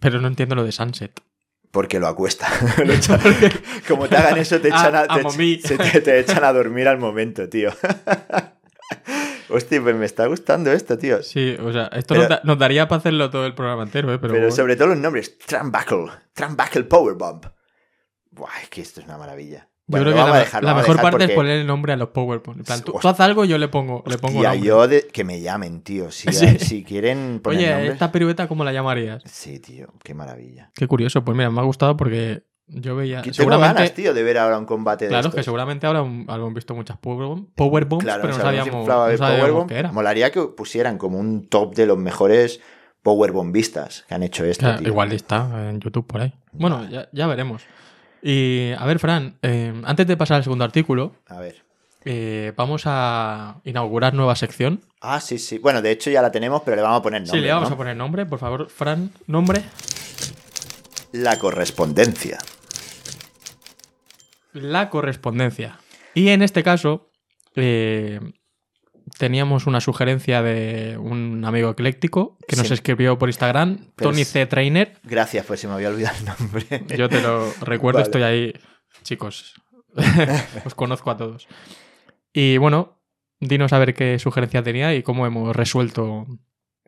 Speaker 2: Pero no entiendo lo de Sunset.
Speaker 3: Porque lo acuesta. Lo echa- Como te hagan eso, te echan,
Speaker 2: Ah,
Speaker 3: a, te,
Speaker 2: amo mí.
Speaker 3: se te- te echan a dormir al momento, tío. Hostia, pues me está gustando esto, tío.
Speaker 2: Sí, o sea, esto
Speaker 3: Pero-
Speaker 2: nos, da- nos daría para hacerlo todo el programa entero, ¿eh? Pero,
Speaker 3: Pero, sobre todo los nombres. Trambuckle. Trambuckle Powerbomb. Buah, es que esto es una maravilla. Bueno,
Speaker 2: yo creo
Speaker 3: lo
Speaker 2: que
Speaker 3: vamos
Speaker 2: la,
Speaker 3: a dejar, lo
Speaker 2: la
Speaker 3: vamos a
Speaker 2: mejor
Speaker 3: dejar
Speaker 2: parte es
Speaker 3: porque-
Speaker 2: poner el nombre a los PowerPoint. En plan, tú,
Speaker 3: Hostia.
Speaker 2: tú haz algo, yo le pongo, le pongo
Speaker 3: Tía,
Speaker 2: nombre.
Speaker 3: yo de- que me llamen, tío. Si,
Speaker 2: Sí.
Speaker 3: si quieren poner
Speaker 2: Oye,
Speaker 3: nombres.
Speaker 2: esta pirueta, ¿cómo la llamarías?
Speaker 3: Sí, tío, qué maravilla.
Speaker 2: Qué curioso, pues mira, me ha gustado porque yo veía.
Speaker 3: Que tengo
Speaker 2: Ah, seguramente.
Speaker 3: ganas, tío, de ver ahora un combate
Speaker 2: Claro,
Speaker 3: de
Speaker 2: es que
Speaker 3: estos.
Speaker 2: seguramente ahora habíamos visto muchas powerbomb- powerbombs,
Speaker 3: Claro,
Speaker 2: pero
Speaker 3: nos
Speaker 2: no
Speaker 3: habremos
Speaker 2: sabíamos,
Speaker 3: inflado a
Speaker 2: no
Speaker 3: ver
Speaker 2: sabíamos
Speaker 3: Powerbomb.
Speaker 2: qué era.
Speaker 3: Molaría que pusieran como un top de los mejores powerbombistas que han hecho esto,
Speaker 2: Claro,
Speaker 3: tío.
Speaker 2: Ah, igual está en YouTube por ahí. Bueno, ya, ya veremos. Y a ver, Fran, eh, antes de pasar al segundo artículo,
Speaker 3: A ver.
Speaker 2: eh, vamos a inaugurar nueva sección.
Speaker 3: Ah, sí, sí. Bueno, de hecho ya la tenemos, pero le vamos a poner nombre,
Speaker 2: sí, le vamos
Speaker 3: ¿no?
Speaker 2: a poner nombre, por favor, Fran, nombre.
Speaker 3: La correspondencia.
Speaker 2: La correspondencia. Y en este caso, eh, teníamos una sugerencia de un amigo ecléctico que nos
Speaker 3: Sí. Pues
Speaker 2: escribió por Instagram,
Speaker 3: Pero
Speaker 2: Tony
Speaker 3: es-
Speaker 2: C. Trainer.
Speaker 3: Gracias, pues se me había olvidado el nombre.
Speaker 2: Yo te lo recuerdo,
Speaker 3: Vale.
Speaker 2: estoy ahí, chicos. Os conozco a todos. Y bueno, dinos a ver qué sugerencia tenía y cómo hemos resuelto.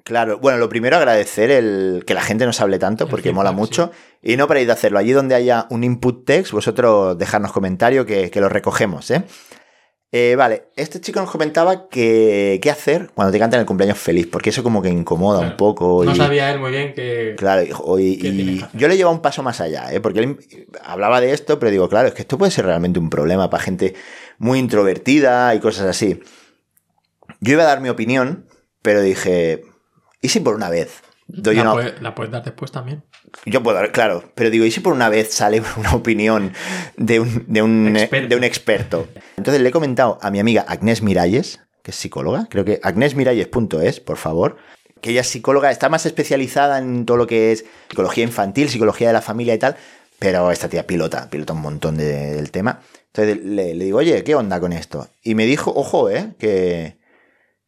Speaker 3: Claro, bueno, lo primero agradecer el que la gente nos hable tanto
Speaker 2: El
Speaker 3: porque mola
Speaker 2: feedback,
Speaker 3: mucho y no paréis de hacerlo. Allí donde haya un input text, vosotros dejadnos comentario que, que lo recogemos, ¿eh? Eh, Vale, este chico nos comentaba que qué hacer cuando te cantan el cumpleaños feliz, porque eso como que incomoda
Speaker 2: Claro.
Speaker 3: un poco.
Speaker 2: No
Speaker 3: y-
Speaker 2: sabía él muy bien que...
Speaker 3: Claro, y, o- y-
Speaker 2: ¿Qué
Speaker 3: y
Speaker 2: tienes que hacer?
Speaker 3: yo le llevo un paso más allá, ¿eh? porque él hablaba de esto, pero digo, claro, es que esto puede ser realmente un problema para gente muy introvertida y cosas así. Yo iba a dar mi opinión, pero dije, ¿y si por una vez? Doy
Speaker 2: la,
Speaker 3: una-
Speaker 2: puede- la puedes dar después también.
Speaker 3: yo puedo dar, claro, pero digo, ¿y si por una vez sale una opinión de un, de un,
Speaker 2: Experto.
Speaker 3: de un experto? Entonces le he comentado a mi amiga Agnés Miralles, que es psicóloga, creo que agnesmiralles.es, por favor, que ella es psicóloga, está más especializada en todo lo que es psicología infantil, psicología de la familia y tal, pero esta tía pilota, pilota un montón de- del tema. Entonces le, le digo, oye, ¿qué onda con esto? Y me dijo, ojo, ¿eh? Que,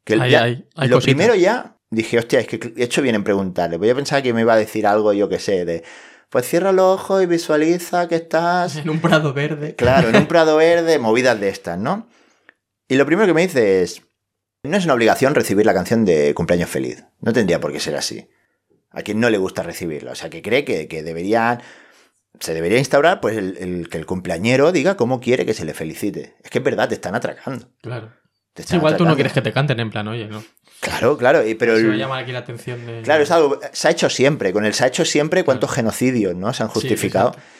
Speaker 3: que
Speaker 2: Ahí
Speaker 3: ya-
Speaker 2: hay- hay
Speaker 3: lo
Speaker 2: cositas.
Speaker 3: primero ya dije, hostia, es que he hecho bien en preguntarle. Voy a pensar que me iba a decir algo, yo que sé, de, pues cierra los ojos y visualiza que estás,
Speaker 2: En un prado verde.
Speaker 3: claro, en un prado verde, movidas de estas, ¿no? Y lo primero que me dice es, no es una obligación recibir la canción de cumpleaños feliz. No tendría por qué ser así. A quien no le gusta recibirla. O sea, que cree que, que deberían... Se debería instaurar pues el- el que el cumpleañero diga cómo quiere que se le felicite. Es que es verdad, te están atracando.
Speaker 2: Claro.
Speaker 3: Te
Speaker 2: Sí,
Speaker 3: están
Speaker 2: igual tú no
Speaker 3: atracando.
Speaker 2: quieres que te canten en plan, oye, ¿no?
Speaker 3: Claro, claro. y- pero
Speaker 2: Se va a
Speaker 3: el-
Speaker 2: llamar aquí la atención de...
Speaker 3: Claro, es algo, eh, se ha hecho siempre, con el se ha hecho siempre cuántos genocidios ¿no? se han
Speaker 2: Mm. Sí,
Speaker 3: justificado.
Speaker 2: exacto.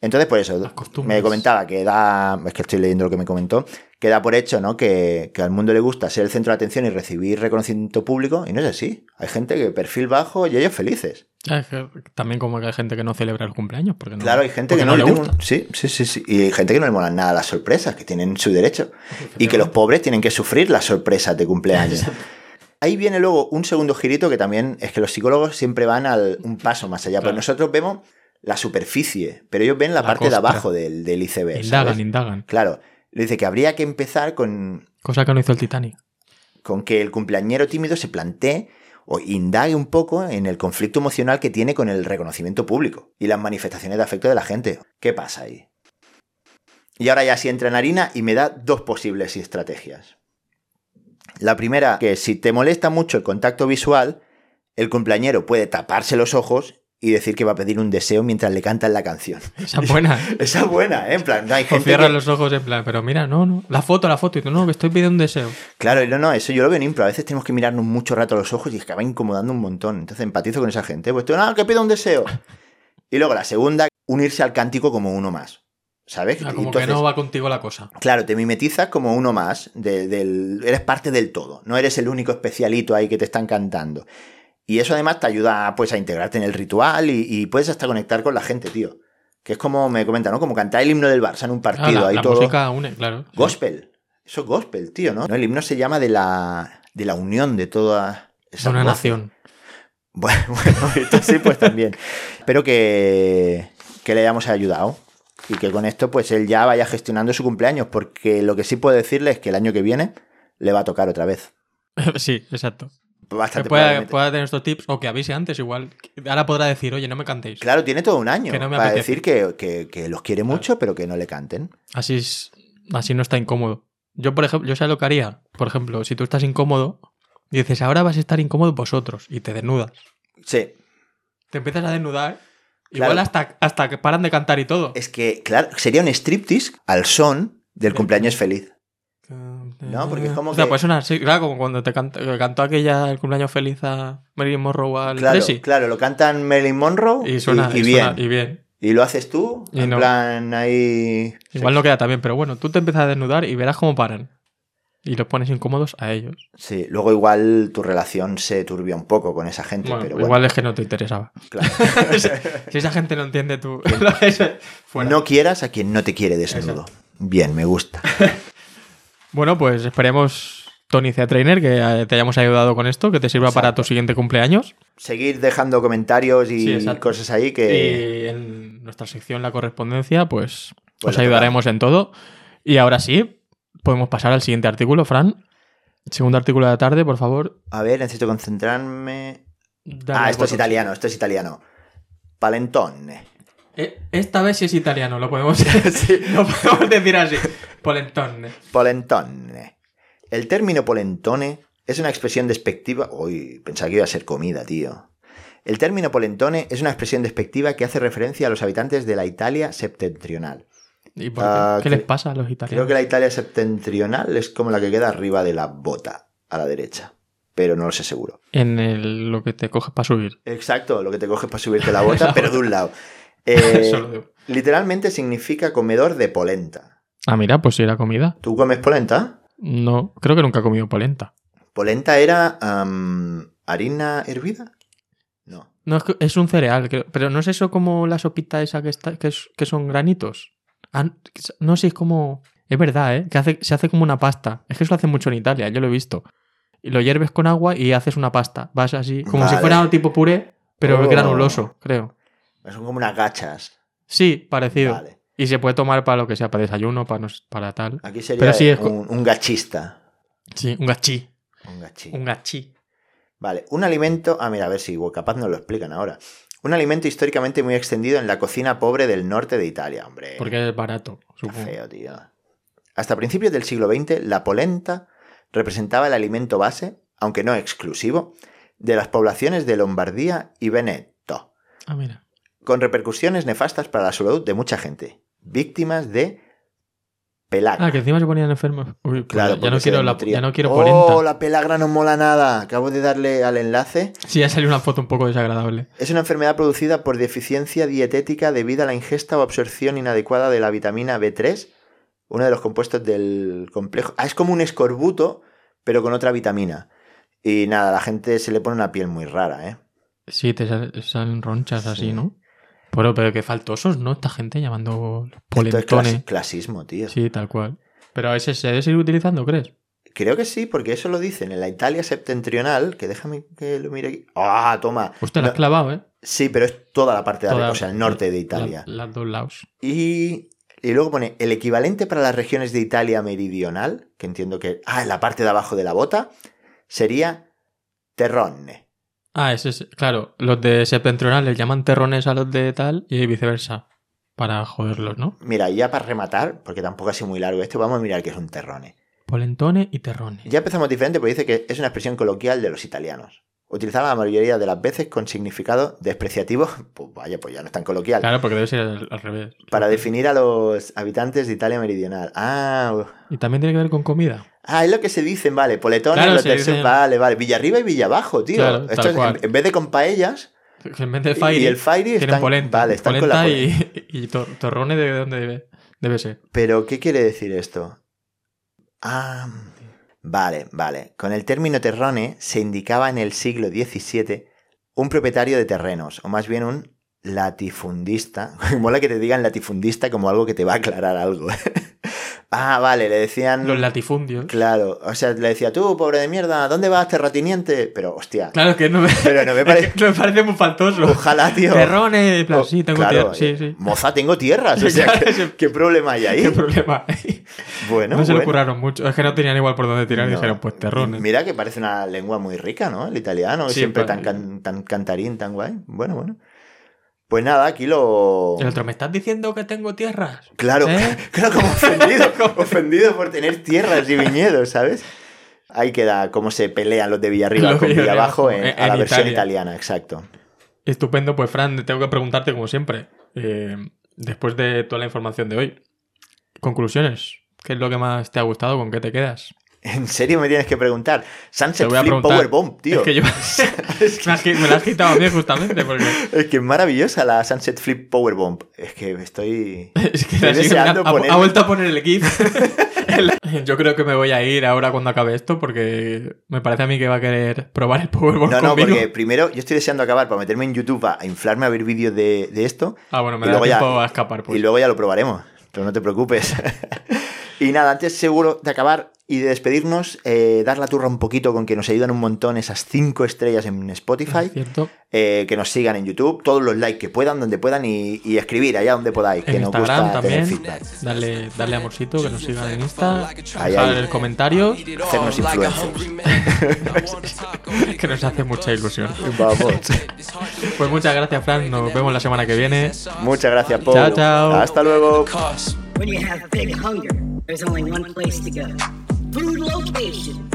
Speaker 3: Entonces, por eso,
Speaker 2: Las costumbres.
Speaker 3: me comentaba que da, es que estoy leyendo lo que me comentó, que da por hecho ¿no? que, que al mundo le gusta ser el centro de atención y recibir reconocimiento público, y no es así. Hay gente que perfil bajo y ellos felices.
Speaker 2: Ah, es que También como que hay gente que no celebra el cumpleaños. Porque no,
Speaker 3: Claro, hay gente
Speaker 2: porque
Speaker 3: que no,
Speaker 2: le
Speaker 3: tiene un-
Speaker 2: gusta.
Speaker 3: Sí, sí, sí, sí. Y hay gente que no le molan nada las sorpresas, que tienen su derecho. Y que los pobres tienen que sufrir las sorpresas de cumpleaños. Ahí viene luego un segundo girito que también es que los psicólogos siempre van al, un paso más allá.
Speaker 2: Claro.
Speaker 3: Porque nosotros vemos la superficie, pero ellos ven la,
Speaker 2: La
Speaker 3: parte
Speaker 2: costra.
Speaker 3: de abajo del, del iceberg.
Speaker 2: Indagan,
Speaker 3: ¿sabes?
Speaker 2: indagan.
Speaker 3: Claro. Le dice que habría que empezar con,
Speaker 2: Cosa que no hizo el Titanic.
Speaker 3: con que el cumpleañero tímido se plantee o indague un poco en el conflicto emocional que tiene con el reconocimiento público y las manifestaciones de afecto de la gente. ¿Qué pasa ahí? Y ahora ya sí entra en harina y me da dos posibles estrategias. La primera, que si te molesta mucho el contacto visual, el cumpleañero puede taparse los ojos y decir que va a pedir un deseo mientras le cantan la canción.
Speaker 2: Esa es buena.
Speaker 3: Esa es buena, ¿eh? En plan, no hay
Speaker 2: O
Speaker 3: gente
Speaker 2: cierras
Speaker 3: que-
Speaker 2: los ojos en plan, pero mira, no, no. La foto, la foto. Y tú, no, que estoy pidiendo un deseo.
Speaker 3: Claro, no, no, eso yo lo veo en impro. A veces tenemos que mirarnos mucho rato a los ojos y acaba incomodando un montón. Entonces empatizo con esa gente. Pues tú, no, que pido un deseo. Y luego la segunda, unirse al cántico como uno más. ¿Sabes?
Speaker 2: Ah, como
Speaker 3: Entonces,
Speaker 2: que no va contigo la cosa.
Speaker 3: Claro, te mimetizas como uno más. de- del, eres parte del todo. No eres el único especialito ahí que te están cantando. Y eso además te ayuda pues, a integrarte en el ritual y, y puedes hasta conectar con la gente, tío. Que es como me comenta, ¿no? Como cantar el himno del Barça en un
Speaker 2: Ah,
Speaker 3: partido.
Speaker 2: la
Speaker 3: ahí
Speaker 2: la
Speaker 3: todo.
Speaker 2: música une, claro.
Speaker 3: Gospel. Eso es gospel, tío, ¿no? No, El himno se llama de la, de la unión de toda
Speaker 2: Es
Speaker 3: esa
Speaker 2: una nación.
Speaker 3: Bueno, bueno, esto sí, pues también. Espero que, que le hayamos ayudado y que con esto, pues él ya vaya gestionando su cumpleaños, porque lo que sí puedo decirle es que el año que viene le va a tocar otra vez.
Speaker 2: sí, exacto. Que
Speaker 3: Bastante
Speaker 2: pueda,
Speaker 3: probablemente.
Speaker 2: pueda tener estos tips o que avise antes igual. Ahora podrá decir, oye, no me cantéis.
Speaker 3: Claro, tiene todo un año
Speaker 2: Que no me
Speaker 3: para
Speaker 2: apetece.
Speaker 3: decir que, que- que los quiere mucho, pero que no le canten.
Speaker 2: Así, es- así no está incómodo. Yo, por ejemplo, yo sé lo que haría. Por ejemplo, si tú estás incómodo, dices, ahora vas a estar incómodo vosotros y te desnudas.
Speaker 3: Sí,
Speaker 2: Te empiezas a desnudar.
Speaker 3: Claro.
Speaker 2: Igual hasta, hasta que paran de cantar y todo.
Speaker 3: es que, claro, sería un striptease al son del
Speaker 2: Del-
Speaker 3: cumpleaños feliz.
Speaker 2: No,
Speaker 3: porque es como
Speaker 2: O sea,
Speaker 3: que-
Speaker 2: pues suena así, claro, como cuando te cant- que cantó aquella el cumpleaños feliz a Marilyn Monroe al
Speaker 3: Claro,
Speaker 2: Tracy.
Speaker 3: claro, lo cantan Marilyn Monroe y,
Speaker 2: Y suena
Speaker 3: y
Speaker 2: y
Speaker 3: bien.
Speaker 2: suena- y bien.
Speaker 3: y... lo haces tú,
Speaker 2: Y
Speaker 3: en
Speaker 2: no.
Speaker 3: plan ahí.
Speaker 2: Igual no queda tan bien, pero bueno, tú te empiezas a desnudar y verás cómo paran. Y los pones incómodos a ellos.
Speaker 3: Sí, luego igual tu relación se turbia un poco con esa gente,
Speaker 2: Bueno,
Speaker 3: pero
Speaker 2: igual
Speaker 3: bueno.
Speaker 2: es que no te interesaba.
Speaker 3: claro.
Speaker 2: Si esa gente no entiende tú. lo que es- fuera.
Speaker 3: No quieras a quien no te quiere desnudo. Bien, me gusta.
Speaker 2: Bueno, pues esperemos, Tony C. Trainer, que eh, te hayamos ayudado con esto, que te sirva para tu siguiente cumpleaños.
Speaker 3: Seguir dejando comentarios y
Speaker 2: Sí, exacto.
Speaker 3: cosas ahí que.
Speaker 2: Y en nuestra sección La Correspondencia, pues
Speaker 3: Pues
Speaker 2: os
Speaker 3: la
Speaker 2: ayudaremos en todo. Y ahora sí, Podemos pasar al siguiente artículo, Fran. Segundo artículo de la tarde, por favor.
Speaker 3: A ver, necesito concentrarme.
Speaker 2: dale
Speaker 3: ah, esto
Speaker 2: a
Speaker 3: es
Speaker 2: vosotros.
Speaker 3: italiano, esto es italiano. Palentone.
Speaker 2: Eh, esta vez sí es italiano, lo podemos, lo podemos decir así. Polentone.
Speaker 3: Polentone. El término polentone es una expresión despectiva. Uy, pensaba que iba a ser comida, tío. El término polentone es una expresión despectiva que hace referencia a los habitantes de la Italia septentrional.
Speaker 2: ¿Y por qué?
Speaker 3: Ah,
Speaker 2: ¿Qué
Speaker 3: cre-
Speaker 2: les pasa a los
Speaker 3: Creo
Speaker 2: italianos?
Speaker 3: que la Italia septentrional es como la que queda arriba de la bota, a la derecha. Pero no lo sé seguro.
Speaker 2: En el- lo que te coges para subir.
Speaker 3: Exacto, lo que te coges para subirte la bota, pero de un lado. Eh,
Speaker 2: Eso lo digo.
Speaker 3: literalmente significa comedor de polenta.
Speaker 2: Ah, mira, pues si era comida.
Speaker 3: ¿Tú comes polenta?
Speaker 2: No, creo que nunca he comido polenta.
Speaker 3: ¿Polenta era am, harina hervida? No.
Speaker 2: No, es, que- es un cereal, creo. pero no es eso como la sopita esa que, está, que, es- que son granitos. Ah, no, no sé, es como... Es verdad, ¿eh? Que hace- se hace como una pasta. Es que eso lo hacen mucho en Italia, yo lo he visto. Y lo hierves con agua y haces una pasta. Vas así, como si
Speaker 3: Vale.
Speaker 2: fuera tipo puré, pero
Speaker 3: Oh.
Speaker 2: granuloso, creo.
Speaker 3: Son como unas gachas.
Speaker 2: Sí, parecido.
Speaker 3: Vale.
Speaker 2: Y se puede tomar para lo que sea, para desayuno, para, no s- para tal.
Speaker 3: Aquí sería
Speaker 2: Pero sí es co-
Speaker 3: un, un gachista.
Speaker 2: Sí, un gachí.
Speaker 3: Un gachi.
Speaker 2: Un gachí.
Speaker 3: Vale, un alimento. Ah, mira, a ver si capaz nos lo explican ahora. Un alimento históricamente muy extendido en la cocina pobre del norte de Italia, hombre.
Speaker 2: Porque es barato,
Speaker 3: Eh, Está
Speaker 2: supongo.
Speaker 3: feo, tío. Hasta principios del siglo XX, la polenta representaba el alimento base, aunque no exclusivo, de las poblaciones de Lombardía y Veneto.
Speaker 2: Ah, mira.
Speaker 3: con repercusiones nefastas para la salud de mucha gente, víctimas de pelagra.
Speaker 2: Ah, que encima se ponían enfermos. Uy, pues
Speaker 3: Claro,
Speaker 2: ya,
Speaker 3: porque
Speaker 2: no
Speaker 3: se
Speaker 2: quiero la-
Speaker 3: nutrían.
Speaker 2: ya no quiero
Speaker 3: Oh,
Speaker 2: 40.
Speaker 3: la pelagra no mola nada. Acabo de darle al enlace.
Speaker 2: Sí, ya salió una foto un poco desagradable.
Speaker 3: Es una enfermedad producida por deficiencia dietética debido a la ingesta o absorción inadecuada de la vitamina B3, uno de los compuestos del complejo. Ah, es como un escorbuto, pero con otra vitamina. Y nada, a la gente se le pone una piel muy rara, ¿eh?
Speaker 2: Sí, te sal- salen ronchas así,
Speaker 3: Sí.
Speaker 2: ¿no? Pero, pero qué faltosos, ¿no? Esta gente llamando los
Speaker 3: Esto es clasi-
Speaker 2: polentones.
Speaker 3: clasismo, tío.
Speaker 2: Sí, tal cual. Pero a ese se debe seguir utilizando, ¿crees?
Speaker 3: Creo que sí, porque eso lo dicen en la Italia septentrional, que déjame que lo mire aquí. ¡Ah, toma!
Speaker 2: Usted
Speaker 3: No,
Speaker 2: la has clavado, ¿eh?
Speaker 3: sí, pero es toda la parte de
Speaker 2: Toda-
Speaker 3: arriba, o sea, el norte de
Speaker 2: la-
Speaker 3: Italia.
Speaker 2: Las dos lados.
Speaker 3: Y, y luego pone el equivalente para las regiones de Italia meridional, que entiendo que. Ah, en la parte de abajo de la bota, sería terrone.
Speaker 2: Ah, ese es. Claro, los de septentrional les llaman terrones a los de tal y viceversa. Para joderlos, ¿no?
Speaker 3: Mira, y ya para rematar, porque tampoco ha sido muy largo esto, vamos a mirar qué es un terrone.
Speaker 2: Polentone y terrones.
Speaker 3: Ya empezamos diferente, porque dice que es una expresión coloquial de los italianos. Utilizada la mayoría de las veces con significado despreciativo. Pues vaya, pues ya no es tan coloquial.
Speaker 2: Claro, porque debe ser al, al revés.
Speaker 3: Para definir a los habitantes de Italia meridional. Ah, u-
Speaker 2: Y también tiene que ver con comida.
Speaker 3: ah es lo que se dicen, vale. Poletones,
Speaker 2: Claro,
Speaker 3: los
Speaker 2: se
Speaker 3: del sur,
Speaker 2: dicen-
Speaker 3: vale, vale. Villarriba y Villabajo, tío.
Speaker 2: Claro,
Speaker 3: Esto
Speaker 2: tal
Speaker 3: es-
Speaker 2: cual.
Speaker 3: en, en vez de con paellas
Speaker 2: En vez de
Speaker 3: y-
Speaker 2: Fairy,
Speaker 3: y el Fairy
Speaker 2: tienen
Speaker 3: están,
Speaker 2: polenta.
Speaker 3: vale, están con
Speaker 2: polenta
Speaker 3: la polenta.
Speaker 2: y, y tor- torrones de dónde debe, debe ser.
Speaker 3: Pero, ¿qué quiere decir esto? Ah, vale, vale. Con el término terrone se indicaba en el siglo XVII un propietario de terrenos, o más bien un latifundista. Mola que te digan latifundista como algo que te va a aclarar algo. ¿eh? ah, vale, le decían...
Speaker 2: Los latifundios. Claro,
Speaker 3: Claro, o sea, le decía, tú, pobre de mierda, ¿dónde vas, terratiniente? Pero, hostia,
Speaker 2: es que no me,
Speaker 3: pero no me parece...
Speaker 2: es que me parece muy fantoso.
Speaker 3: Ojalá, tío.
Speaker 2: Terrones, en plan,
Speaker 3: O-
Speaker 2: sí, tengo
Speaker 3: claro,
Speaker 2: tierra. Sí,
Speaker 3: eh,
Speaker 2: sí.
Speaker 3: Moza, tengo tierras. O sea,
Speaker 2: Claro,
Speaker 3: ¿qué,
Speaker 2: ese-
Speaker 3: qué problema hay ahí?
Speaker 2: ¿Qué problema hay?
Speaker 3: Bueno,
Speaker 2: No, se
Speaker 3: bueno.
Speaker 2: lo curraron mucho. Es que no tenían igual por dónde tirar y
Speaker 3: No.
Speaker 2: dijeron, pues terrones.
Speaker 3: Mira que parece una lengua muy rica, ¿no? El italiano,
Speaker 2: Sí,
Speaker 3: siempre
Speaker 2: pa-
Speaker 3: tan, can- tan cantarín, tan guay. Bueno, bueno. Pues nada, aquí lo...
Speaker 2: El otro, ¿me estás diciendo que tengo tierras?
Speaker 3: Claro,
Speaker 2: ¿Eh?
Speaker 3: claro, como ofendido, ofendido por tener tierras y viñedos, ¿sabes? Ahí queda cómo se pelean los de Villarriba
Speaker 2: Los
Speaker 3: con
Speaker 2: Villarriba
Speaker 3: Villabajo en,
Speaker 2: en-
Speaker 3: a la
Speaker 2: en
Speaker 3: versión
Speaker 2: Italia.
Speaker 3: italiana, exacto.
Speaker 2: Estupendo, pues Fran, tengo que preguntarte como siempre, eh, después de toda la información de hoy, conclusiones. ¿Qué es lo que más te ha gustado? ¿Con qué te quedas?
Speaker 3: ¿En serio me tienes que preguntar?
Speaker 2: Te
Speaker 3: Sunset
Speaker 2: voy a
Speaker 3: Flip
Speaker 2: preguntar.
Speaker 3: Powerbomb, tío.
Speaker 2: Es que yo... me, has qui- me la has quitado a mí justamente porque...
Speaker 3: Es que es maravillosa la Sunset Flip Powerbomb. Es que estoy...
Speaker 2: Es que
Speaker 3: Estoy
Speaker 2: así que
Speaker 3: deseando
Speaker 2: ha- ha,
Speaker 3: poner-
Speaker 2: ha vuelto a poner el GIF. El- Yo creo que me voy a ir ahora cuando acabe esto porque me parece a mí que va a querer probar el Powerball
Speaker 3: No, no,
Speaker 2: conmigo.
Speaker 3: porque primero yo estoy deseando acabar para meterme en YouTube a inflarme a ver vídeos de, de esto
Speaker 2: Ah, bueno,
Speaker 3: y
Speaker 2: me da
Speaker 3: luego ya-
Speaker 2: tiempo a escapar. Pues.
Speaker 3: y luego ya lo probaremos. Pero no te preocupes. y nada, antes seguro de acabar, Y de despedirnos, eh, dar la turra un poquito con que nos ayudan un montón esas cinco estrellas en Spotify.
Speaker 2: ¿Cierto?
Speaker 3: eh, que nos sigan en YouTube, todos los likes que puedan, donde puedan, y, y escribir allá donde podáis, que
Speaker 2: En
Speaker 3: nos gusta
Speaker 2: Instagram
Speaker 3: tener
Speaker 2: también.
Speaker 3: feedback.
Speaker 2: Dale, dale amorcito, que nos sigan en Insta.
Speaker 3: Ahí,
Speaker 2: dejar
Speaker 3: ahí.
Speaker 2: el comentario,
Speaker 3: Hacernos
Speaker 2: que nos hace mucha ilusión.
Speaker 3: Vamos.
Speaker 2: Pues muchas gracias, Fran. Nos vemos la semana que viene.
Speaker 3: Muchas gracias, Paul.
Speaker 2: Chao, chao.
Speaker 3: Hasta luego.
Speaker 5: When you have big hunger, there's only one place to go. Food location.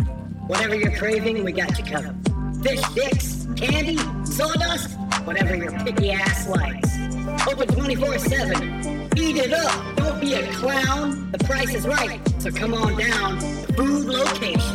Speaker 5: Whatever you're craving, we got you covered. Fish dicks, candy, sawdust, whatever your picky ass likes. Open 24-7. Eat it up. Don't be a clown. The price is right. So come on down to food location.